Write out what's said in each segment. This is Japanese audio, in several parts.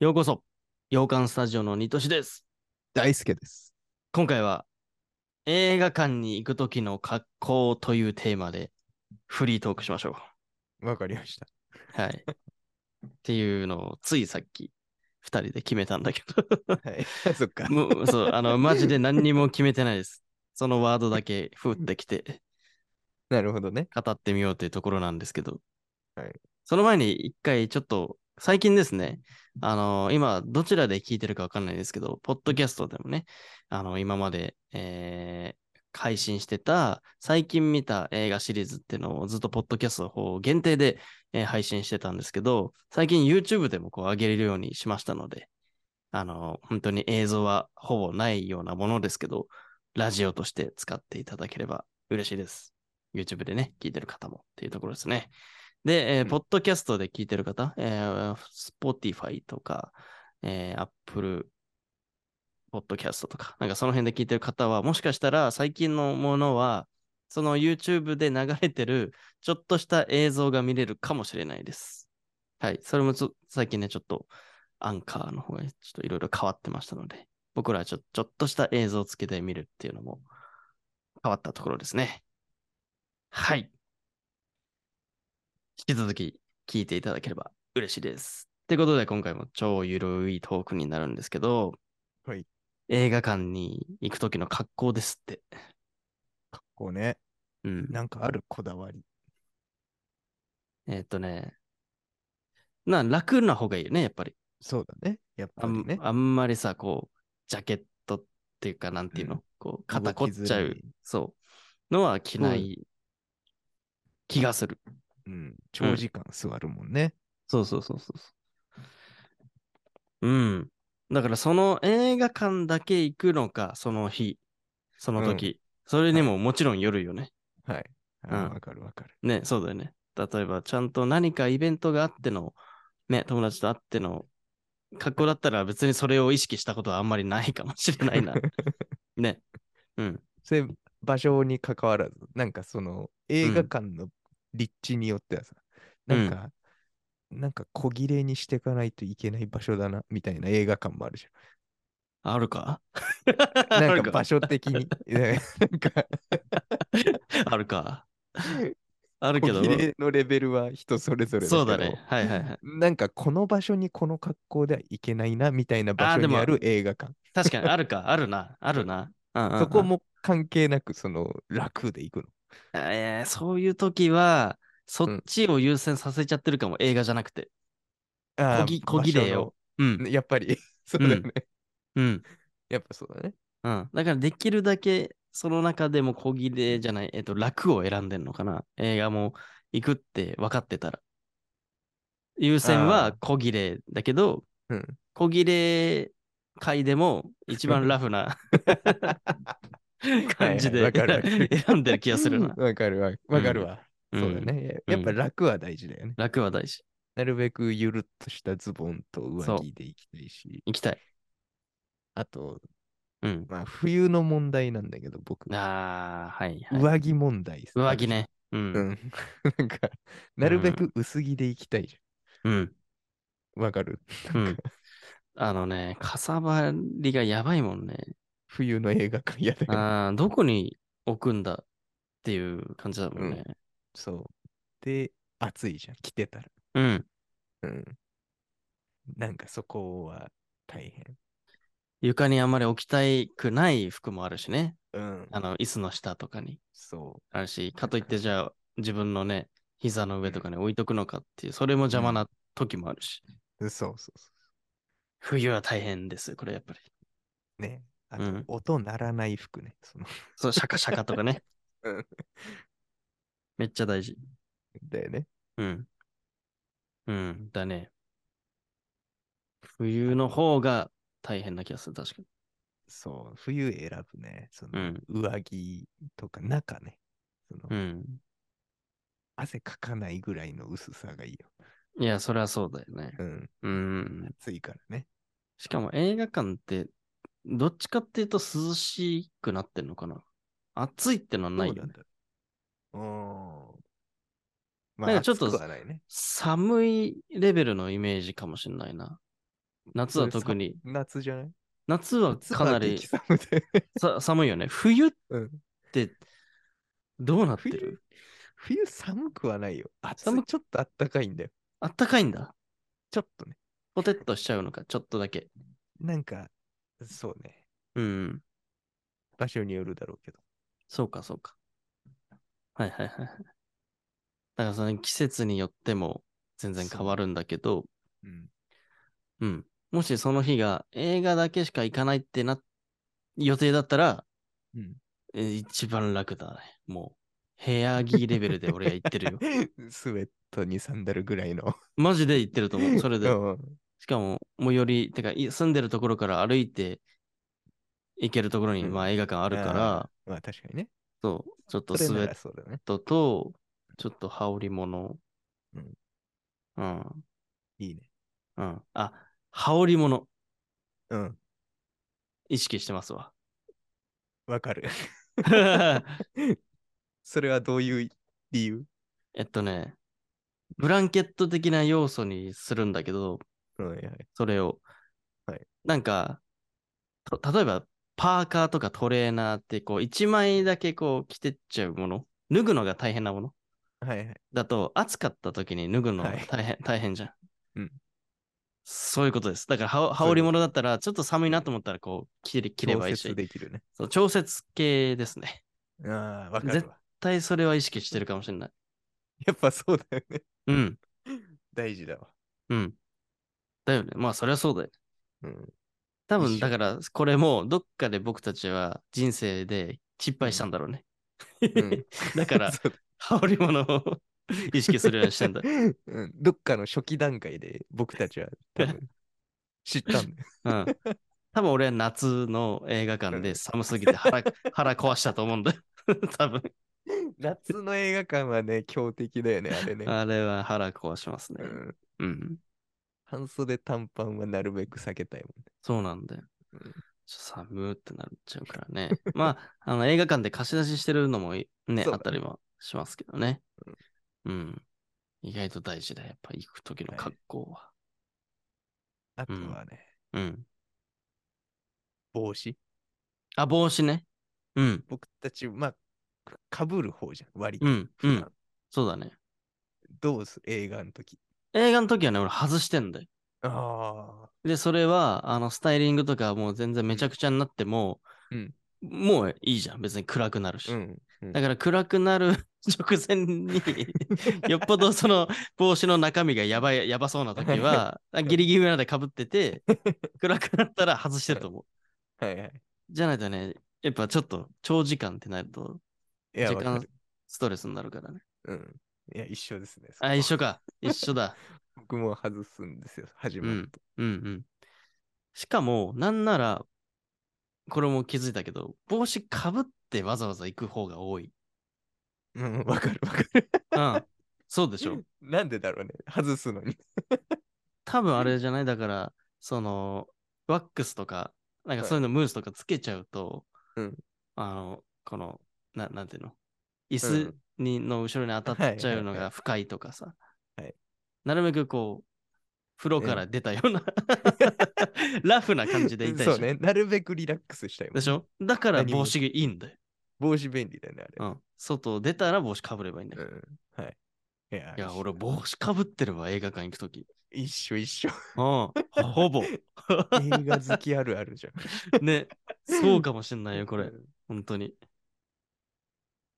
ようこそ、洋館スタジオのニトシです。大輔です。今回は、映画館に行く時の格好というテーマで、フリートークしましょわかりました。う。はい。っていうのを、ついさっき、二人で決めたんだけど。はい。 そっか。もう、そう、あの、マジで何にも決めてないです。そのワードだけ、ふってきて、なるほどね。語ってみようというところなんですけど。はいその前に、一回、ちょっと、最近ですね、あの今、どちらで聞いてるかわかんないですけど、ポッドキャストでもね、あの、今まで、えー配信してた、最近見た映画シリーズっていうのをずっとポッドキャストの方限定で、えー配信してたんですけど、最近 YouTube でもこう上げれるようにしましたので、あの、本当に映像はほぼないようなものですけど、ラジオとして使っていただければ嬉しいです。YouTube でね、聞いてる方もっていうところですね。で、えーうんポッドキャストで聞いてる方、えー Spotify とか、えー Apple Podcast とか、なんかその辺で聞いてる方は、もしかしたら最近のものは、その YouTube で流れてるちょっとした映像が見れるかもしれないです。はい。それもちょ最近ね、ちょっとアンカーの方がちょっといろいろ変わってましたので、僕らはちょちょっとした映像をつけてみるっていうのも変わったところですね。はい。引き続き聞いていただければ嬉しいです。ってことで今回も超ゆるいトークになるんですけど、はい映画館に行くときの格好ですって。格好ね。うん。なんかあるこだわり。えーっとね、な楽な方がいいよね、やっぱり。そうだね。やっあぱりん,、ね。あんまりさ、こう、ジャケットっていうか、なんていうの、うんこう、肩動凝きっづらいちゃう、そう、のは着ない気がする。うん。長時間座るもんね。そうそうそうそうそう。うん。だから、その映画館だけ行くのか、その日、その時、それにももちろんよるよね。はい。あうんーわかるわかる。ね、そうだよね。例えば、ちゃんと何かイベントがあっての、ね、友達と会っての格好だったら別にそれを意識したことはあんまりないかもしれ ないな。ね。うん。それ、場所に関わらず、なんかその映画館の立地によってはさ、なんか、なんか小切れにしていかないといけない場所だな、みたいな映画館もある じあるかゃん。あなんるかか場所的に。 なんか、あるか。あるけど小切、れのレベルは人それぞれけどそうだね。はいはいはい。なんかこの場所にこの格好ではいけないなみたいな場あー所でにもある映画館。確かにあるか、あるな、あるな。うんうんうんそこも関係なくその楽で行くの。えーそういう時は、そっちを優先させちゃってるかも、映画じゃなくて。あー小ぎ小切れを。。う場所ん。のやっぱり そうだよね。うん。やっぱそうだね。うん。だからできるだけ、その中でも小切れじゃない、えっと、楽を選んでんのかな。映画も行くって分かってたら。優先あはー小切れだけど、うん小切れ回でも一番ラフ な感じではいはいわかるわかる選んでる気がするな。わかるわ。わかるわ。ん そうだね。やっぱ楽は大事だよね。楽は大事。なるべくゆるっとしたズボンと上そう着で行きたいし、行きたい。あと、うん。まあ冬の問題なんだけど僕、あー、はい、はい。上着問題さ上着。ね。う。うんん。 なんか、なるべく薄着で行きたいじうん。ゃん。わかるうん。あのね、かさばりがやばいもんね。冬の映画館やだよねああ、どこに置くんだっていう感じだもんね。そう。で、暑いじゃん、着てたら。うん。うん。なんかそこは大変。床にあんまり置きたくない服もあるしね。うん。あの、椅子の下とかにそあるし、かといってじゃあ自分のね、膝の上とかに置いとくのかっていう、それも邪魔な時もあるし。う。そうそうそ冬は大変ですよ、これやっぱり。う。ね。あうとん、音鳴らない服ね。そのそう、シャカシャカとかね うん。めっちゃ大事。だよね。うん。うん、だね。冬の方が大変な気がする、確かに。そう。冬選ぶね。そうの、ん。上着とか中ね。その、うん。汗かかないぐらいの薄さがいいよ。いや、それはそうだよね。うん。うん。暑いからね。しかも映画館って、どっちかっていうと涼しくなってんのかな暑いってのはないそうよんね。だ。うーん。なんまかあ、ちちょょっっととはないね。寒いレベルのイメージかもしれないな。夏は特に。夏じゃない夏はかなり夏は激寒でさ寒いよね。冬っうん。てどうなって冬る冬寒くはないよ。暑寒いちょっと暖かいんだよ。あったかいんだ。ちょっとね。ポテッとしちゃうのか、ちょっとだけ。なんか、そうね。うん。場所によるだろうけど。そうか、そうか。はいはいはいはい。だからその季節によっても全然変わるんだけど、うん。うん。もしその日が映画だけしか行かないってな、予定だったら、うんえー一番楽だね。もう、部屋着レベルで俺は行って るよ。 スウェットにサンダルぐらいの。マジで行ってると思う。それで。うんしかも、最寄り、てか、い住んでるところから歩いて行けるところに、うんまあ映画館あるから、まあ確かにね。そう、ちょっとスそウェれなッらそうだね。トと、ちょっと羽織物。うん。うん。いいね。うん。あ、羽織物、うん。意識してます わ。わかる。それはどういう理由えっとね、ブランケット的な要素にするんだけど、うん、はいはい。それを。はいなんか、と例えば、パーカーとかトレーナーって、こう、一枚だけこう、着てっちゃうもの、脱ぐのが大変なものはいはい。だと、暑かった時に脱ぐのは大い変、 大変じゃん。うんそういうことです。だから羽、羽織物だったら、ちょっと寒いなと思ったら、こう、着れ着ればいい調節し。できるね。そう調節系ですね。ああ、わかるわ。絶対それは意識してるかもしれない。やっぱそうだよね。うん。大事だわ。うん。だよね。まあ、そりゃそうだよ。うん。多一分、緒だから、これも、どっかで僕たちは人生で失敗したんだろうね。うん、 だから、 そう羽織物を 意識するようにしてんだ。 うん、どっかの初期段階で僕たちは多 分知ったんだよ。うん。多分、俺は夏の映画館うで寒すぎて腹 腹壊したと思うんだ よ。多分、 夏の映画館はね、強敵だよ ね、あれね。あれは腹壊しますねう。ん、うん。半袖短パンはなるべく避けたいもんね。そうなんだようん。ちょ寒ってなっちゃうからね。 まあ、あの映画館で貸し出ししてるのもいね、そうだねあったりもしますけどね。うん。意外と大事だよ。やっぱ行く時の格好は。あとはね、うん。帽子。あ、帽子ね。うん。僕たち、まあ、かぶる方じゃん、割と。うん。う普ん段。そうだね。どうする映画の時。映画の時はね、俺外してんだよ。ああ。で、それは、あの、スタイリングとかもう全然めちゃくちゃになっても、うんもういいじゃん。別に暗くなるし。うん。うんだから暗くなる 直前 によっぽどその帽子の中身がやばいやばそうな時 はあギリギリまでかぶってて暗くなったら外してると思う。はいはい。じゃないとねやっぱちょっと長時間ってなるといや、時わか間る。ストレスになるからね。うん。いや、一緒ですね。そこあ一緒か一緒だ。僕も外すんですよ、始うまるんと。うんうん。しかもなんならこれも気づいたけど帽子かぶってわざわざ行く方が多 い。うん、わかるわかる。うん。そうでしょ。 なんでだろうね、外すのに。多分あれじゃないだから、その、ワックスとか、なんかはいそういうのムースとかつけちゃうと、うんあの、この、ななんていうの、椅う子に、の後ろに当たっちゃうのはいはいはがい深いとかさ、はいなるべくこう、風呂から出たような、 ラフな感じでいたいじゃそんうね、なるべくリラックスしたいもんでしょだから何も帽子がいいんだよ。帽子便利だよね、うあん、外出たら帽子かぶればいいんだれ。よ。うん。はい。いやいや、俺、ぼ帽子かぶってれば映画館行くとき。一緒 一緒。うん、ほ ぼ。映画好きあるあるじゃん。ね、そうかもしんないよ、これう。ん本当に。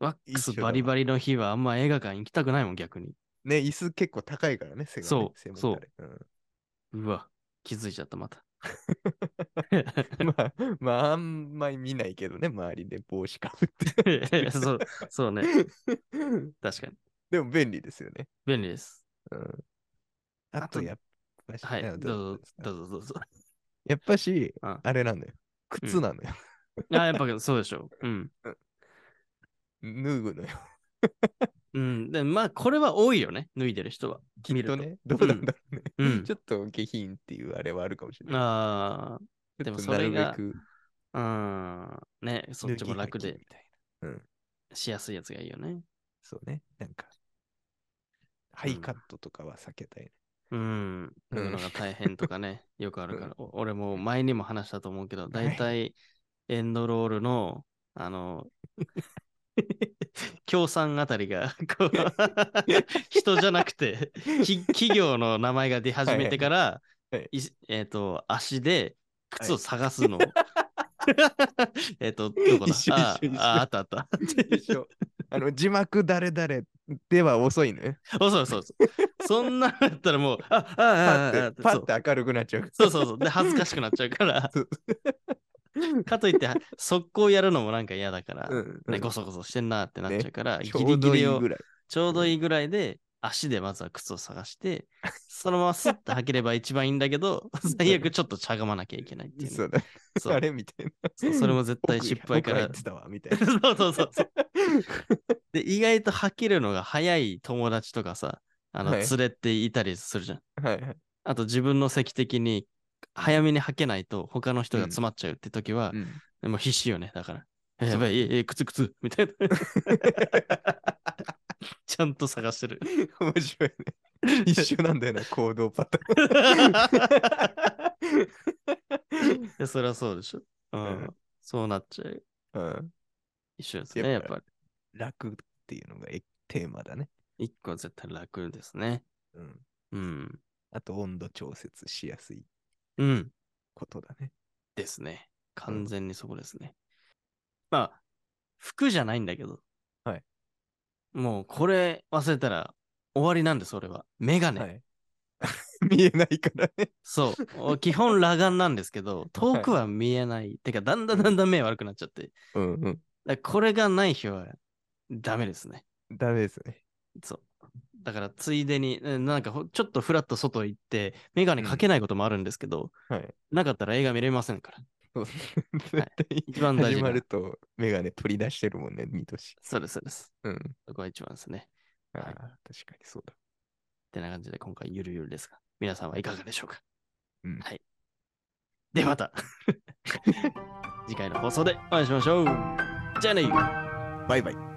ワックス一緒だわバリバリの日はあんま映画館行きたくないもん、逆に。ね、椅子結構高いからね、背がねそう背もそうたれうん うわ、気づいちゃった、また。まあ、まあ、あんまり見ないけどね、周りで帽子かぶって。 そう、そうね、確かに。でも便利ですよね。便利です。うん。ああとと、やっぱし、はいあ、どうぞ、どどうぞうぞ、どうぞ。やっぱし、うんあれなのよ。靴なのよ。あ、やっぱそうでしょう。うん。脱ぐのよ。うん。で、まあ、これは多いよね、脱いでる人は。きっと見るね、どうなんだろうね。うん ちょっと下品っていうあれはあるかもしれない。あちょっでもとそれがなるあ、うん。ね、そべっくちも楽脱ぎ履きでみたいな。しやすいやつがいいよね。そうね。なんか、ハんイカットとかは避けたいね。うん。うん世の中大変とかね、よくあるから。お 俺も前にも話したと思うけど、大体エンドロールの、あ の、協賛あたりが、こう 人じゃなくて、き企業の名前が出始めてから、はいはいいえっ、と、足で靴を探すの。 えっと、どこだ 一緒あ一緒一緒あ、あったあった。一緒。 あの、字幕誰々では遅いのよ。おそうそうそう。そんなだったらもう、あ、あ、あ、パあ、あッて、パッて明るくなっちゃう。そうそうそう。で、恥ずかしくなっちゃうからそう。かといって、速攻やるのもなんか嫌だから、うんね、ごそごそしてんなってなっちゃうから、ちギょうリギどいリいをぐらい。ちょうどいいぐらいで、足でまずは靴を探して、そのままスッて履ければ一番いいんだけど、最悪ちょっとしゃがまなきゃいけないっていうね、そうだ。そうあれみたいな。そうそれも絶対奥失敗か奥入らっ。てたわ、みたい な。そうそうそう そう。で、意外と履けるのが早い友達とかさ、あの、はい連れていたりするじゃん。はいはい。あと自分の席的に早めに履けないと他の人が詰まっちゃうって時は、うんもう必死よね、だから。えやばい、え、え、靴靴み たいな。ちゃんと探して る。面白いね。一緒なんだよな、行動パター ン。いやそりゃそうでしょ。うん。うんそうなっちゃう。うん一緒ですね、ややっっぱぱ楽っていうのがえテーマだね。り。一個は絶対楽ですね。うんうん。あと温度調節しやすいうん。ことだね。ですね。完全にそこですね。まあ、服じゃないんだけど。はい。もうこれ忘れたら終わりなんです、俺は。メガネ。はい。 見えないからね。そう。お基本裸眼なんですけど、遠くは見えない。てか、だんだんだんだん目悪くなっちゃって。うんうん。だからこれがない日はダメですね。ダメですね。そう。だから、ついでに、うんなんかほ、ちょっとフラッと外行って、メガネかけないこともあるんですけど、はい。なかったら映画見れませんから。そうは 絶対一番大始事なま。るとメガネ取り出してるもんね、ミトシ。そうです、そうです。うん。そこが一番ですね。ああ、はい確かにそうだ。ってな感じで、今回ゆるゆるですが、皆さんはいかがでしょうか、うんはい。ではまた 次回の放送でお会いしましょうじゃあねバイバイ。